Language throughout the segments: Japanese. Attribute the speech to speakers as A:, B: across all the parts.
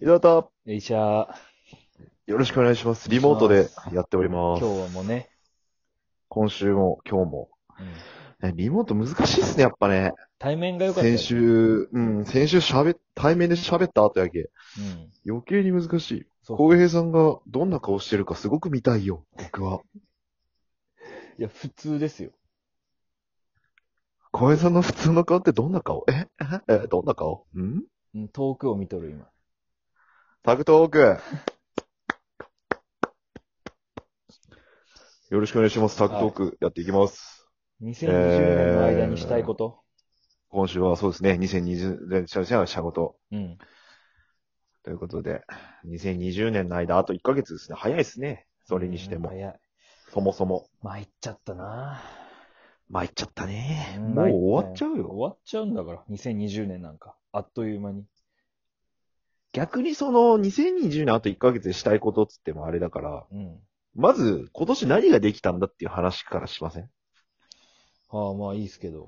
A: 伊沢田、よ
B: よいしょ
A: ろしくお願いします。リモートでやっておりま
B: 今
A: す。
B: 日はもうね、
A: 今週も、今日も。
B: うん
A: ねリモート難しいっすね、やっぱね。
B: 対面が良かったよ。
A: 先週、うん、先週喋っ、対面で喋った後やけ。
B: うん。
A: 余計に難しい。
B: そう。
A: 浩平さんがどんな顔してるかすごく見たいよ、僕は。
B: いや、普通ですよ。
A: 浩平さんの普通の顔ってどんな顔えええどんな顔ん
B: うん、遠くを見とる今。
A: タクトーク。よろしくお願いします。タクトークやっていきます。
B: 2020年の間にしたいこと。
A: 今週はそうですね、2020年、シャシャシャごと。
B: うん。
A: ということで、2020年の間、あと1ヶ月ですね。早いですね。それにしても。
B: 早い。
A: そもそも。
B: 参っちゃったな
A: 参っちゃったね。
B: うん
A: もう終わっちゃうよ。
B: 終わっちゃうんだから、2020年なんか。あっという間に。
A: 逆にその、2020年あと1ヶ月でしたいことっつってもあれだから、
B: うん。
A: まず、今年何ができたんだっていう話からしません
B: ああ、まあいいっすけど。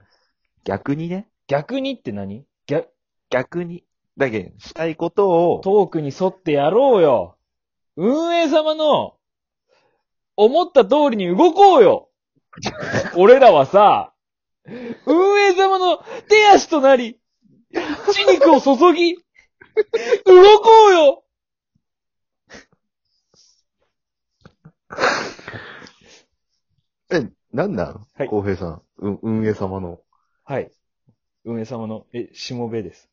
A: 逆にね。
B: 逆にって何逆、
A: 逆に。だけどしたいことを、
B: トークに沿ってやろうよ運営様の、思った通りに動こうよ俺らはさ、運営様の手足となり、血肉を注ぎ、動こうよ
A: え、なんなん
B: はい
A: 浩平さん、うん運営様の。
B: はい。運営様の、え、しもべです。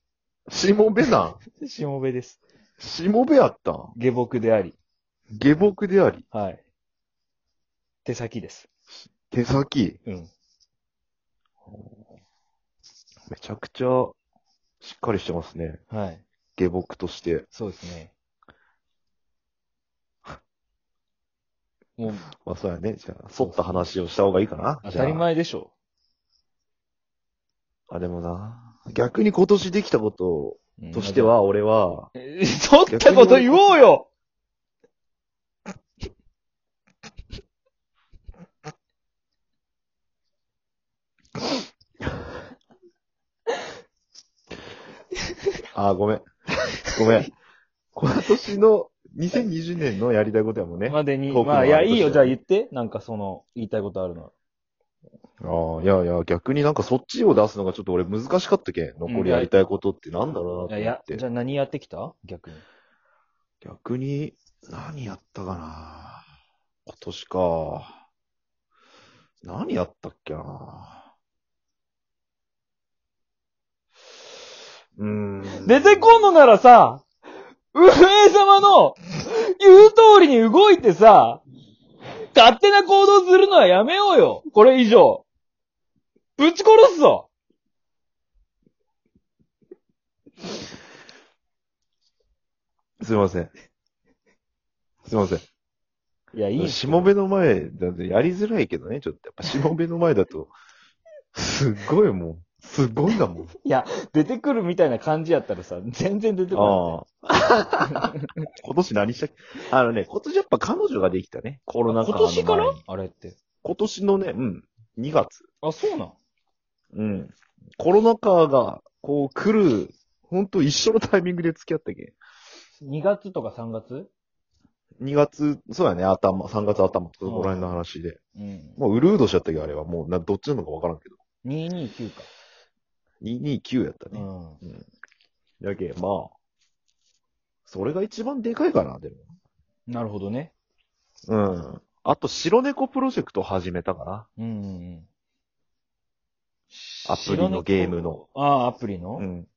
A: しもべ なん
B: しもべです。
A: しもべあったん
B: 下僕であり、
A: 下僕であり、
B: はい。手先です。
A: 手先。
B: うん。
A: めちゃくちゃ、しっかりしてますね。
B: はい。
A: 下僕として。
B: そうですね。もう、
A: まあそうやね。じゃあ、沿った話をした方がいいかな。
B: 当たり
A: じゃ
B: 前でしょ。
A: あ。あ、でもな。逆に今年できたこと
B: うん
A: として、は、俺は、
B: え取った こと言おうよ
A: あ、ごめん。 ごめん。今年の、2020年のやりたいことやもんね。あ
B: までに。
A: トークの
B: まあ、いや、いいよ。
A: 話
B: じゃあ言って。なんかその、言いたいことあるの。
A: あ、いやいや、逆になんかそっちを出すのがちょっと俺難しかったけん。残りやりたいことってなんだろう
B: い
A: な
B: や、
A: っ
B: い
A: て思って。
B: やじゃあ何やってきた逆に。
A: 逆に、何やったかな今年か。何やったっけなうーん。
B: 出てこんのならさ、運営様の言う通りに動いてさ、勝手な行動するのはやめようよ。これ以上。ぶち殺すぞ
A: すいません。すいません。
B: いや、いい。
A: しもべの前だとやりづらいけどね、ちょっと。やっぱしもべの前だと、すっごいもう、すごいんだもん。
B: 出てくるみたいな感じやったらさ、全然出てこ
A: ああ。今年何したっけあのね、今年やっぱ彼女ができたね。コロ
B: な
A: ナ
B: い。
A: 禍の
B: 今
A: 前に
B: 年からあれって。
A: 今年のね、うん、2月。
B: あ、そうなん。
A: うん。コロナ禍が、こう来る、ほんと一緒のタイミングで付き合ったっけ
B: 2月とか3月
A: ?2 月、そうやね、頭、3月頭、そこら辺の話で。
B: うん。
A: もううるうどしちゃったっけあれは。もうな、どっちなのかわからんけど。
B: 229か。
A: 229やった
B: う
A: ね。
B: ん。
A: だけ、まあ。それが一番でかいかな、でも。
B: なるほどね。
A: うん。あと、白猫プロジェクト始めたかな。
B: うんうんうん。
A: アプリのゲームの。
B: ああ、アプリの
A: うん。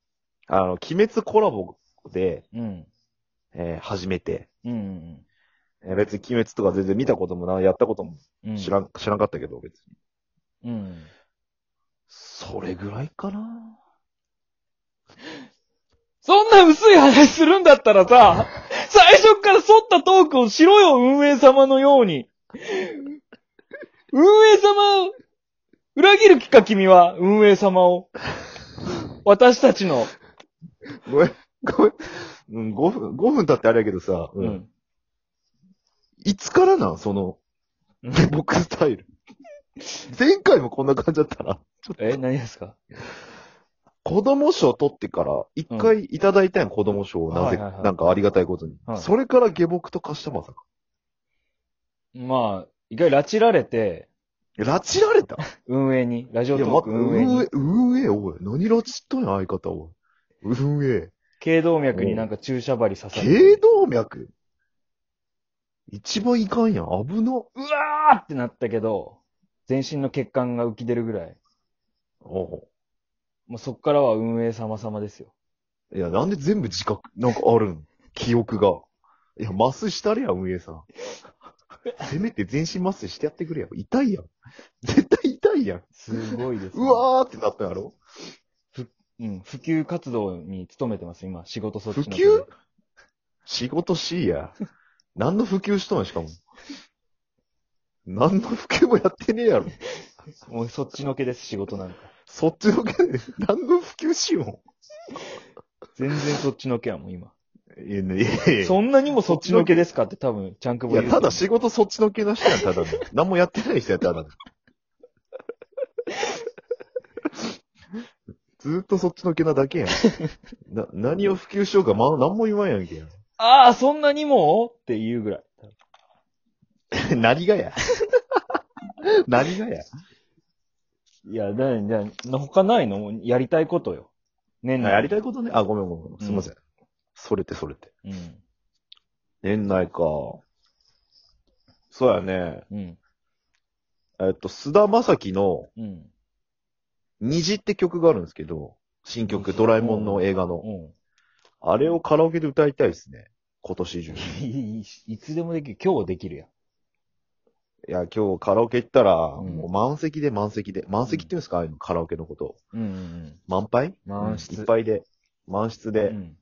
A: あの、鬼滅コラボで、
B: うん。うん
A: えー始めて。
B: うん
A: えー別に鬼滅とか全然見たこともな、やったことも
B: うん。
A: 知らん、知らんかったけど、別に。
B: うん。
A: それぐらいかな
B: そんな薄い話するんだった らさ、最初っから沿ったトークをしろよ、運営様のように。運営様、裏切る気か、君は、運営様を。私たちの。
A: ごめん、ごめん。うん、5分、5分経ってあれやけどさ、うん。いつからなんその、
B: うん
A: 下僕スタイル。前回もこんな感じだったな。
B: え、何ですか
A: 子供賞取ってから、一回いただいたやん、子供賞を。なぜ、
B: はいはいはい
A: なんかありがたいことに。
B: はい
A: それから下僕と貸したまさか。
B: まあ、一回拉致られて、
A: 拉致られた
B: 運営に、ラジオ
A: いや、
B: トー
A: 待って、
B: ク運営に
A: 運営、、運営、おい。何拉致っとんや、相方、おい。運営。
B: 頸動脈になんか注射針刺され
A: 頸
B: て、
A: 動脈一番いかんやん。危な。
B: うわーってなったけど、全身の血管が浮き出るぐらい。
A: おう
B: もうそっからは運営様様ですよ。
A: いや、なんで全部自覚、なんかあるん記憶が。いや、麻酔したれや、運営さん。せめて全身麻酔してやってくれや。痛いやん。絶対痛いやん。
B: すごいです、
A: うわーってなったやろ
B: うん、普及活動に努めてます、今。仕事そっち
A: 普
B: の。
A: 及仕事しいや。何の普及しとんや、しかも。何の普及もやってねえやろ。
B: もうそっちのけです、仕 事なんか。
A: そっちのけで、何の普及しよ
B: 全然そっちのけやもん、今。
A: う。いや、ね、いやいや
B: そんなにもそっちのけですかって多分、ちゃんくぼ
A: いや、ただ仕事そっちのけな人やん、ただの。何もやってない人や、ただの。ずーっとそっちのけなだけやん。な、何を普及しようか、まあ、何も言わんやんけや。
B: ああ、そんなにもって言うぐら い。
A: 何がや。 何がや。
B: いや、だ、だ、他ないのもうやりたいことよ。年内。
A: やりたいことね。あ、ごめんごめん。すいません。それてそれて。
B: うん。
A: 年内か。そうやね。
B: うん。
A: えっと、菅田将暉の
B: うん。
A: 虹って曲があるんですけど、新曲、ドラえもんの映画の。
B: う
A: あれをカラオケで歌いたいですね。今年中
B: ん
A: に。
B: いい。いつでもできる。今日できるやん。
A: いや、今日カラオケ行ったら、
B: ん
A: もう満席で満席で。満席って言うんですか、ああいうのカラオケのこと。
B: うんうん
A: 満杯
B: 満室
A: うんいっぱいで。満室
B: うん。う
A: で
B: ん。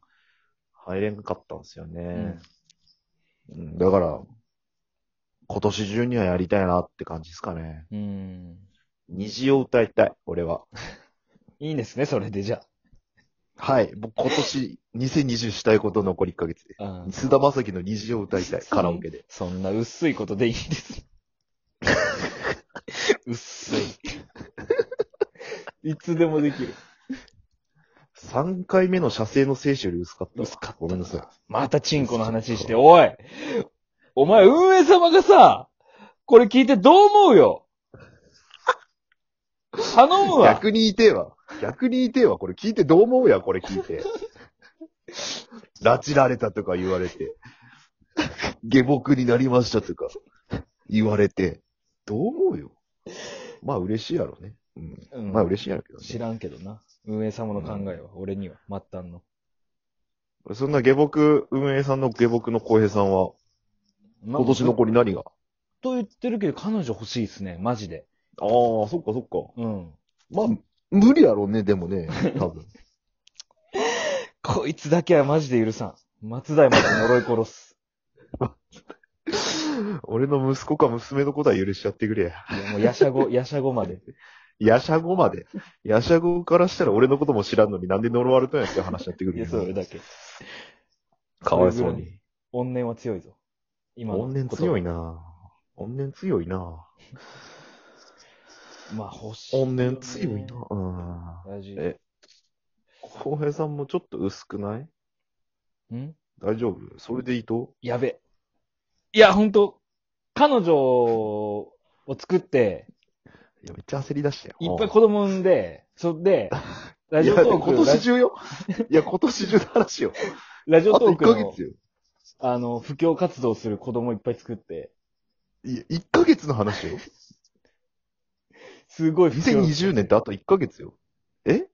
A: 入れんかったんですよ
B: う
A: ね
B: ん。
A: うん、だから、今年中にはやりたいなって感じですかね。
B: うん。
A: 虹を歌いたい、俺は。
B: いいんですね、それでじゃ
A: はい。僕今年、2020したいこと残り1ヶ月で。
B: あ。うん。
A: 菅田将暉の虹を歌い たい、カラオケで。
B: そんな薄いことでいいん です。薄い。いつでもできる。
A: 3回目の射精の精子より薄かったわ。
B: 薄かった
A: ごめんなさい。
B: またチンコの話して、おいお前運営様がさ、これ聞いてどう思うよ頼むわ
A: 逆に言いてえわ。逆に言いてえわ。これ聞いてどう思うや、これ聞いて。拉致られたとか言われて。下僕になりましたとか言われて。どう思うよ。まあ嬉しいやろね。うん。
B: うん
A: まあ嬉しいやろけどね。
B: 知らんけどな。運営様の考えは、俺には、末端の。
A: そんな下僕、運営さんの下僕の浩平さんは、今年の
B: ずっ
A: 子に何が
B: と言ってるけど、彼女欲しいっすね、マジで。
A: ああ、そっかそっか。
B: うん。
A: まあ、無理やろうね、でもね。多分。
B: こいつだけはマジで許さん。松代まで呪い殺す。
A: 俺の息子か娘のことは許しちゃってくれや。
B: いやもう、ヤシャ ゴ、ヤシャゴまで。
A: ヤシャゴまで。ヤシャゴからしたら俺のことも知らんのになんで呪われたんやって話になってく
B: い
A: る
B: や、
A: よ。
B: それだけ。
A: かわいそうに。
B: 怨念は強いぞ。今の
A: 怨念強
B: い。
A: いな怨念強いな
B: まあ、欲しい。
A: 怨念強いなうん。
B: 大事。
A: え浩平さんもちょっと薄くない
B: ん
A: 大丈夫それでいいと
B: やべ。いや、ほんと、彼女を作って、
A: いや、めっちゃ焦り出したよ。
B: いっぱい
A: うん
B: 子供産んで、そ んで、ラ
A: い
B: ジオ
A: や、
B: ト
A: でも
B: ーク、
A: 今年中 よ。いや、今年中の話よ。
B: ラジ
A: あ
B: オ
A: と
B: ト
A: 1
B: ーク
A: ヶ
B: の
A: 月、よ。
B: あの、布教活動する子供いっぱい作って、
A: いや、1ヶ月の話よ。
B: すごい布教
A: 2020年ってあと1ヶ月よ。え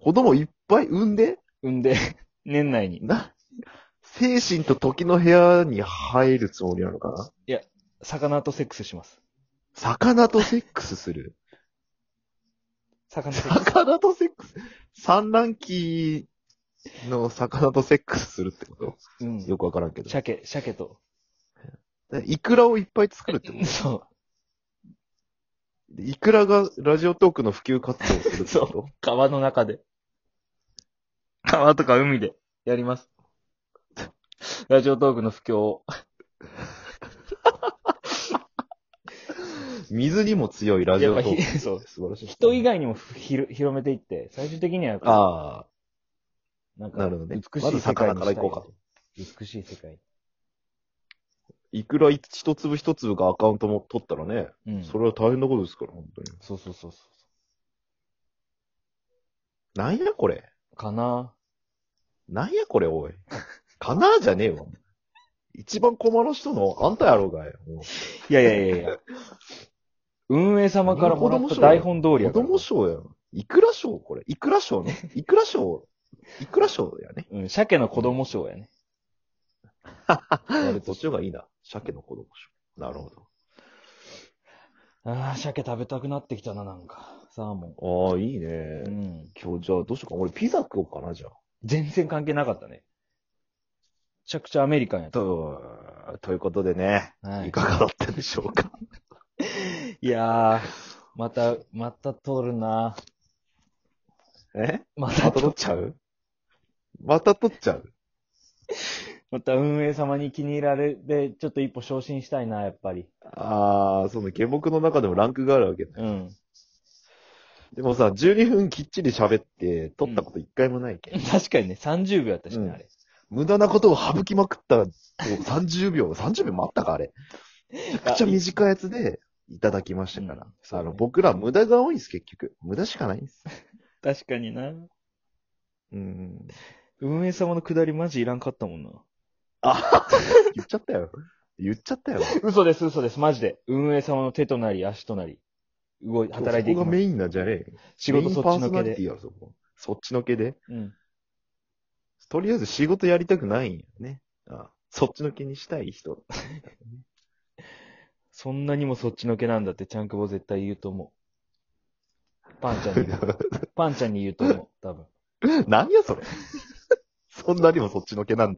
A: 子供いっぱい産んで
B: 産んで、 年内に。
A: な、精神と時の部屋に入るつもりなのかな
B: 魚とセックスします。
A: 魚とセックスする。
B: 魚とセッ クス。
A: 魚とセックス産卵期の魚とセックスするってこ
B: う
A: と
B: ん。
A: よくわからんけど。
B: 鮭、鮭と。
A: イクラをいっぱい作るってこ
B: そ
A: とイクラがラジオトークの普及活動をするって
B: そ
A: こと
B: う。川の中で。川とか海でや ります。ラジオトークの布教を。
A: 水にも強いラジ
B: やっ
A: オ
B: ぱ
A: トー
B: ひ、
A: ク。
B: そう。
A: 素晴らしい。
B: 人以外にもふひろ広めていって、最終的には、
A: あ
B: なん
A: あ、
B: か、
A: なるほどね。
B: 美し
A: ま
B: い
A: ず
B: 世界
A: 魚
B: に
A: か
B: した
A: ら
B: い
A: 行こうかと。
B: 美しい世界。
A: いくら一粒一粒がアカウントも取ったらね、
B: うん。
A: それは大変なことですから、本当に。
B: そうそうそうそ
A: なんやこれ。
B: う。かな
A: なんやこれ、おい。かなーじゃねえわ。一番困る人の、あんたやろうがよ。も
B: いやいやいやいや。 運営様からもらった台本通
A: う
B: りや
A: 子
B: から。
A: 供賞やん。いくら賞これ。いくら賞ね。いくら賞。いくら賞やね。
B: うん、鮭の子供賞やね。
A: そ っちの方がいいな。鮭の子供賞。なるほ
B: ああ、鮭食べたくなってきたな、なんか。サーモ
A: ど。ああ、いいね。
B: ン。うん。
A: 今日じゃあどうしようか。俺ピザ食おうかな、じゃあ。
B: 全然関係なかったね。めちゃくちゃアメリカンやった。
A: と、ということでね。
B: はい
A: いかがだったでしょうか。
B: いやー、また、また通るな。
A: え
B: ま
A: ま
B: た
A: た取っちゃうまた取っちゃう
B: また運営様に気に入られて、ちょっと一歩昇進したいな、やっぱり。
A: ああ、その下僕の中でもランクがあるわけね。
B: うん。
A: でもさ、12分きっちり喋って、撮ったこと一回もないけ、ん。
B: 確かにね、30秒やったし
A: う
B: ね、
A: ん
B: あれ。
A: 無駄なことを省きまくった、こう30秒、30秒もあった か、あれ。めちゃくちゃ短いやつで、いただきましたから。
B: うんそう
A: あ
B: ね
A: の、僕ら無駄が多いんです、結局。無駄しかないんです。
B: 確かにな。
A: うん。
B: 運営様のくだりマジいらんかったもんな。
A: あ言っちゃったよ。言っちゃったよ。
B: 嘘です、嘘です、マジで。運営様の手となり、足となり、動い、働いてい
A: そこ
B: き
A: が
B: ます。
A: メインなんじゃねえよ
B: 仕事そっち
A: メインパー
B: の
A: ソナ
B: け
A: リティ
B: で。
A: やろそこ。そっちのけで。
B: うん。
A: とりあえず仕事やりたくないんやね。あそっちのけにしたい人。
B: そんなにもそっちのけなんだって、ちゃんくぼ絶対言うと思う。パンちゃん に言う。パンちゃんに言うと思う、多分。
A: 何やそれ。そんなにもそっちのけなんだ。